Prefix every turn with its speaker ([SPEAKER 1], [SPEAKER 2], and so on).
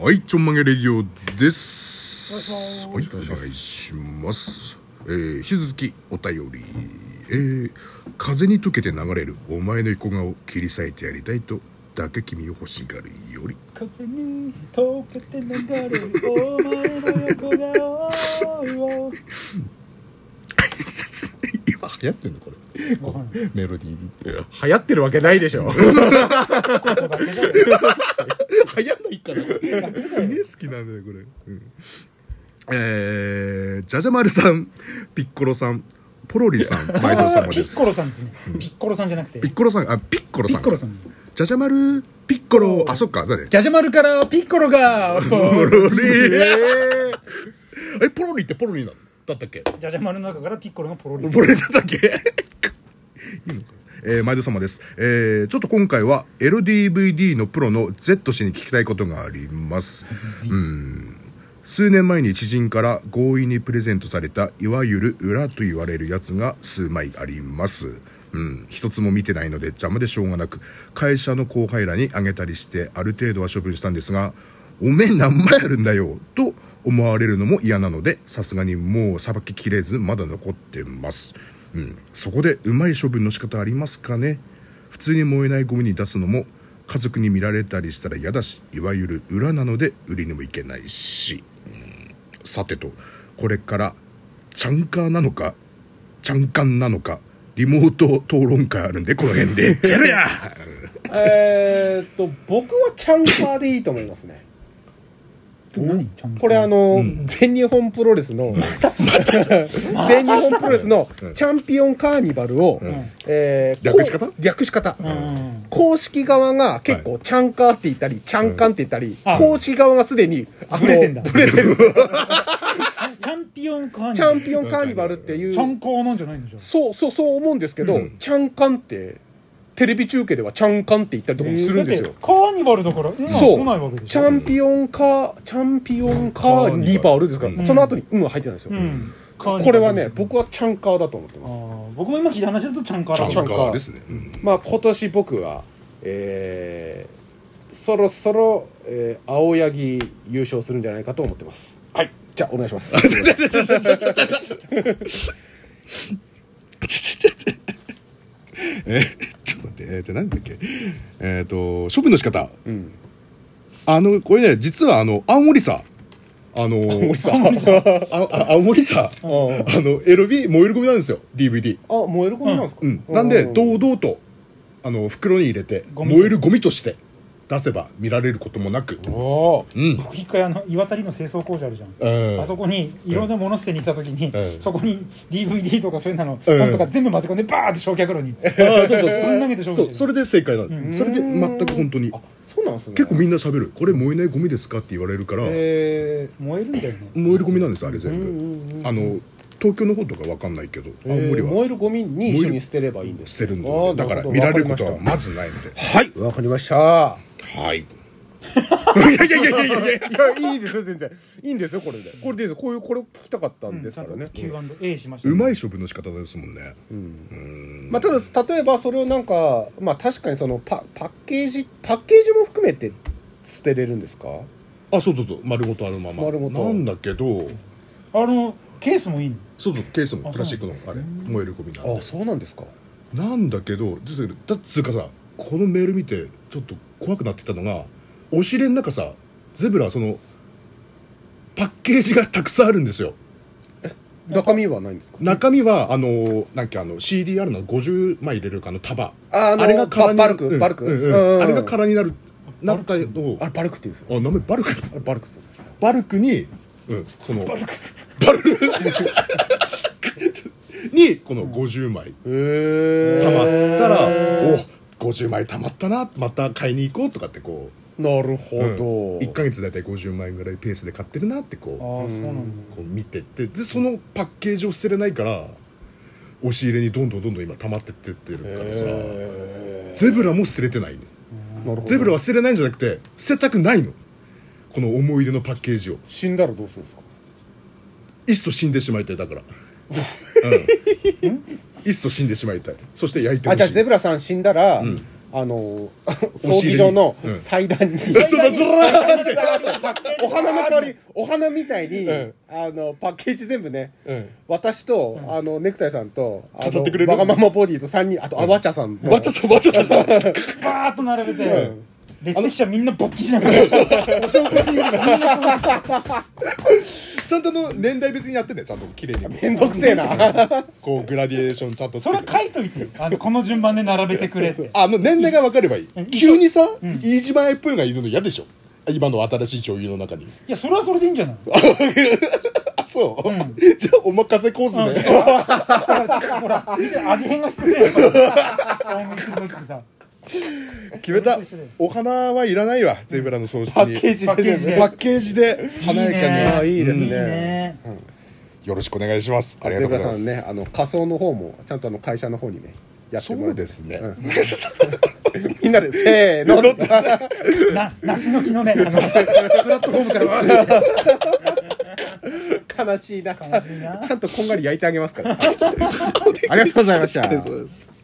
[SPEAKER 1] はい、ちょんまげレディオです。はい、お願いします。えー、引き続きお便り、えー、風に溶けて流れるお前の横顔を切り裂いてやりたいとだけ君を欲しがるより。
[SPEAKER 2] 風に溶けて流れるお前の横顔
[SPEAKER 3] 今
[SPEAKER 2] を
[SPEAKER 3] 流行ってんのこれ
[SPEAKER 2] わかんない
[SPEAKER 3] メロディー
[SPEAKER 4] 流行ってるわけないでしょ。
[SPEAKER 2] ここだけだよ
[SPEAKER 3] 流行んないから
[SPEAKER 1] すげえ好きなんだよこれ、うんえー、じゃじゃ丸さんピッコロさんポロリさん毎度様
[SPEAKER 2] ピ
[SPEAKER 1] で
[SPEAKER 2] ッ
[SPEAKER 1] す
[SPEAKER 2] コロさんですねピッコロさんじゃなくて
[SPEAKER 1] ピッ
[SPEAKER 2] ピ
[SPEAKER 1] コロさんあピッコロさ
[SPEAKER 2] ッ
[SPEAKER 1] ん
[SPEAKER 2] コロさん
[SPEAKER 1] じゃじゃ丸ピッコロあそっかだね
[SPEAKER 2] ジャジャマルからピッコロが
[SPEAKER 1] ポロリ
[SPEAKER 3] えポロリってポロリなのだったっけ
[SPEAKER 2] ジャジャマルの中からピッコロがポロリ
[SPEAKER 1] ポロリだったっけいいのかなえー、前田様です。えー、ちょっと今回は LDVD のプロの Z 氏に聞きたいことがあります。数年前に知人から強引にプレゼントされたいわゆる裏と言われるやつが数枚あります。うん、一つも見てないので邪魔でしょうがなく会社の後輩らにあげたりしてある程度は処分したんですが「おめえ何枚あるんだよ」と思われるのも嫌なのでさすがにもうさばききれずまだ残ってます、うん、そこでうまい処分の仕方ありますかね普通に燃えないゴミに出すのも家族に見られたりしたら嫌だしいわゆる裏なので売りにもいけないし、うんさてとこれからちゃんかーなのかちゃんかんなのかリモート討論会あるんでこの辺でてる や
[SPEAKER 4] えーっと、僕はチャンカーでいいと思いますね。
[SPEAKER 2] 何ちゃんと
[SPEAKER 4] これあの、全日本プロレスの、 全日本プロレスのチャンピオンカーニバルを、えー
[SPEAKER 1] 略し方
[SPEAKER 4] こう略し方。
[SPEAKER 2] うん
[SPEAKER 4] 公式側が結構、チャンカーって言ったり、チャンカンって言ったり、
[SPEAKER 2] あ
[SPEAKER 4] 公式側がすでに、あの
[SPEAKER 2] ブレてんだ
[SPEAKER 4] ブレてる。
[SPEAKER 2] チャンピオンカーニ
[SPEAKER 4] チャンピオンカーニバルっていう
[SPEAKER 2] チャ、ンカーなんじゃないんでしょ
[SPEAKER 4] そう、そう、そう思うんですけど、チャンカンって、テレビ中継ではチャンカンって言ったりとかもするんです
[SPEAKER 2] だ
[SPEAKER 4] よ
[SPEAKER 2] って。カーニバルだからうんは
[SPEAKER 4] そう
[SPEAKER 2] 来ないわけでし
[SPEAKER 4] チ
[SPEAKER 2] ょ
[SPEAKER 4] ャンピオンカー、チャンピオンカーニバルですから、その後に、うん、入ってないんですよ。
[SPEAKER 2] うんカーニバル
[SPEAKER 4] これはね、僕はチャンカーだと思って
[SPEAKER 2] あ
[SPEAKER 4] ます。
[SPEAKER 2] ー僕も今聞いた話だとチャンカーだ
[SPEAKER 4] チャンカー
[SPEAKER 1] ですね、うん
[SPEAKER 4] まあ、今年僕は、えー、そろそろ、えー、青柳優勝するんじゃないかと思ってます。はい。じゃあ、お願い します。
[SPEAKER 1] えーちょっと待ってえーってなんだっけえっ、と処分の仕方、あのこれね実はあの青森さあの青森さああ青森さあの LB 燃えるゴミなんですよ DVD
[SPEAKER 4] あ、燃えるゴミなんですか、
[SPEAKER 1] うん、なんで
[SPEAKER 4] うん
[SPEAKER 1] 堂々とあの袋に入れて
[SPEAKER 2] ゴミ
[SPEAKER 1] 燃えるゴミとして出せば見られることもなく
[SPEAKER 4] おー
[SPEAKER 1] うん
[SPEAKER 2] 僕一回あの岩谷の清掃工場あるじゃん
[SPEAKER 1] うん
[SPEAKER 2] あそこにいろんなもの捨てに行った時に、
[SPEAKER 1] うん
[SPEAKER 2] そこに DVD とかそういうなの、
[SPEAKER 1] うん
[SPEAKER 2] なんとか全部混ぜ込んでバーって焼却炉に
[SPEAKER 1] あそうそうそう
[SPEAKER 2] ぶん投げて焼
[SPEAKER 1] そ
[SPEAKER 2] 却
[SPEAKER 1] うそれで正解なの、それで全く本当に
[SPEAKER 4] そうなんですね。
[SPEAKER 1] 結構みんな喋るこれ燃えないゴミですかって言われるから、
[SPEAKER 4] え
[SPEAKER 2] 燃えるんだよね
[SPEAKER 1] 燃えるゴミなんですあれ全部、あの東京の方とかわかんないけど
[SPEAKER 4] ー、
[SPEAKER 1] 青
[SPEAKER 4] え
[SPEAKER 1] 森
[SPEAKER 4] ー、燃
[SPEAKER 1] は
[SPEAKER 4] えるゴミに一緒に捨てればいいんです
[SPEAKER 1] 捨てるんで、
[SPEAKER 4] あー
[SPEAKER 1] だから
[SPEAKER 4] なほど
[SPEAKER 1] 見られることは
[SPEAKER 4] わかりま
[SPEAKER 1] ま
[SPEAKER 4] し
[SPEAKER 1] ずないので
[SPEAKER 4] たはい、わかりました。
[SPEAKER 1] はいいやいやいやいやいやいや
[SPEAKER 4] いや、いいですよ、全然。いいんですよ、これで。これでいいですこういう、これを聞きたかったんです
[SPEAKER 2] ちゃ
[SPEAKER 4] か
[SPEAKER 2] ん
[SPEAKER 4] ら
[SPEAKER 2] と
[SPEAKER 4] ね。
[SPEAKER 2] Q&A しました、
[SPEAKER 1] うまい処分の仕方ですもんね、
[SPEAKER 4] まあ、ただ、例えばそれをなんか、まあ、確かにそのパパッケージ、パッケージも含めて捨てれるんですか
[SPEAKER 1] あそうそうそう丸ごとあるまま
[SPEAKER 4] 丸ごと
[SPEAKER 1] なんだけど
[SPEAKER 2] あのケースもいいの
[SPEAKER 1] そうそうケースもプラスチックのあれ燃えるゴミなんで
[SPEAKER 4] ああ、そうなんですか。
[SPEAKER 1] なんだけどだってだっつうかさこのメール見てちょっと怖くなってきたのがお尻の中さゼブラはそのパッケージがたくさんあるんですよ
[SPEAKER 4] 中身はないんですか
[SPEAKER 1] 中身はあのなんかあの CDR の50枚入れるかの束
[SPEAKER 4] ああの
[SPEAKER 1] 空
[SPEAKER 4] ババルク
[SPEAKER 1] うん
[SPEAKER 4] バルク
[SPEAKER 1] うんうん
[SPEAKER 4] うんうんうん
[SPEAKER 1] あれが空になるなったよ
[SPEAKER 4] あれ、
[SPEAKER 1] あ
[SPEAKER 4] バルクって言うんですよ。
[SPEAKER 1] 名前バルク
[SPEAKER 4] あれ、 バルクって言うんですよ
[SPEAKER 1] バルクに、うん、そのバルク にこの50枚
[SPEAKER 4] へ
[SPEAKER 1] 溜ま
[SPEAKER 4] え。
[SPEAKER 1] ったら、お50枚溜まったなまた買いに行こうとかってこう
[SPEAKER 4] なる
[SPEAKER 1] うん
[SPEAKER 4] ほど。
[SPEAKER 1] 1か月大体50万円ぐらいペースで買ってるなってこう
[SPEAKER 2] ああそうなんだ
[SPEAKER 1] こう見てってでそのパッケージを捨てれないから押し入れにどんどんどんどん今溜まってってってるからさ
[SPEAKER 4] へ
[SPEAKER 1] ゼブラも捨てれてないの
[SPEAKER 4] ーなるほど
[SPEAKER 1] ゼブラは捨てれないんじゃなくて捨てたくないのこの思い出のパッケージを
[SPEAKER 4] 死んだらどうするんですか
[SPEAKER 1] いっそ死んでしまいたいだから、うん、いっそ死んでしまいたいそして焼いて
[SPEAKER 4] あ
[SPEAKER 1] ほ
[SPEAKER 4] じゃあ
[SPEAKER 1] し
[SPEAKER 4] ゼ
[SPEAKER 1] い
[SPEAKER 4] ブラさん死んだら、あの
[SPEAKER 5] 押し入れ
[SPEAKER 4] 葬
[SPEAKER 5] に
[SPEAKER 4] 儀場の
[SPEAKER 5] うん
[SPEAKER 4] 祭壇に、
[SPEAKER 5] ずらずらーって
[SPEAKER 4] お花の代わりお花みたいに、
[SPEAKER 1] うん
[SPEAKER 4] あのパッケージ全部ね、
[SPEAKER 1] うん
[SPEAKER 4] 私とあのネクタイさんとあ
[SPEAKER 1] 飾
[SPEAKER 4] の
[SPEAKER 1] ってくれる
[SPEAKER 4] わがままボディと3人あとアバチャさんも、
[SPEAKER 1] わちゃさんわちゃさん
[SPEAKER 2] バーッと並べて列席者みんな勃起しながらお正月にみんな
[SPEAKER 1] ちゃんとあの年代別にやってねちゃんと綺麗に
[SPEAKER 4] めんどくせえな
[SPEAKER 1] こうグラディエーションちゃんとつ
[SPEAKER 2] そ
[SPEAKER 1] け
[SPEAKER 2] れ
[SPEAKER 1] て
[SPEAKER 2] 書いといてよあのこの順番で並べてくれって
[SPEAKER 1] あの年代が分かればいい
[SPEAKER 2] ん
[SPEAKER 1] 急にさ飯島絵っぽいのがいるの嫌でしょ今の新しい女優の中に
[SPEAKER 2] いやそれはそれでいいんじゃない
[SPEAKER 1] あそう、じゃあお任せコース
[SPEAKER 2] うん
[SPEAKER 1] で、
[SPEAKER 2] だからちょっとほら見て味変が必要だよやっぱり大水のってさ
[SPEAKER 1] 決めたお花はいらないわゼブラの葬式に
[SPEAKER 4] パッケージ
[SPEAKER 2] パッケージ
[SPEAKER 4] で
[SPEAKER 2] で
[SPEAKER 1] パッケージで華や
[SPEAKER 2] あ
[SPEAKER 1] か
[SPEAKER 2] あ
[SPEAKER 1] に
[SPEAKER 4] いいですね
[SPEAKER 2] いいね
[SPEAKER 1] よろしくお願いしますありがとう
[SPEAKER 4] ゼブ
[SPEAKER 1] ご
[SPEAKER 4] ラ
[SPEAKER 1] ざいま
[SPEAKER 4] さ
[SPEAKER 1] す
[SPEAKER 4] んねあの仮装の方もちゃんとあの会社の方にねやっても
[SPEAKER 1] そ
[SPEAKER 4] ら
[SPEAKER 1] う
[SPEAKER 4] っ
[SPEAKER 1] で
[SPEAKER 4] て
[SPEAKER 1] すね、
[SPEAKER 4] みんなでせー の
[SPEAKER 2] な梨の木のねあのプラットフォームからわーって
[SPEAKER 4] 悲しいな
[SPEAKER 2] 悲しいな
[SPEAKER 4] ちゃんとこんがり焼いてあげますからありがとうございました
[SPEAKER 1] ありがとうございます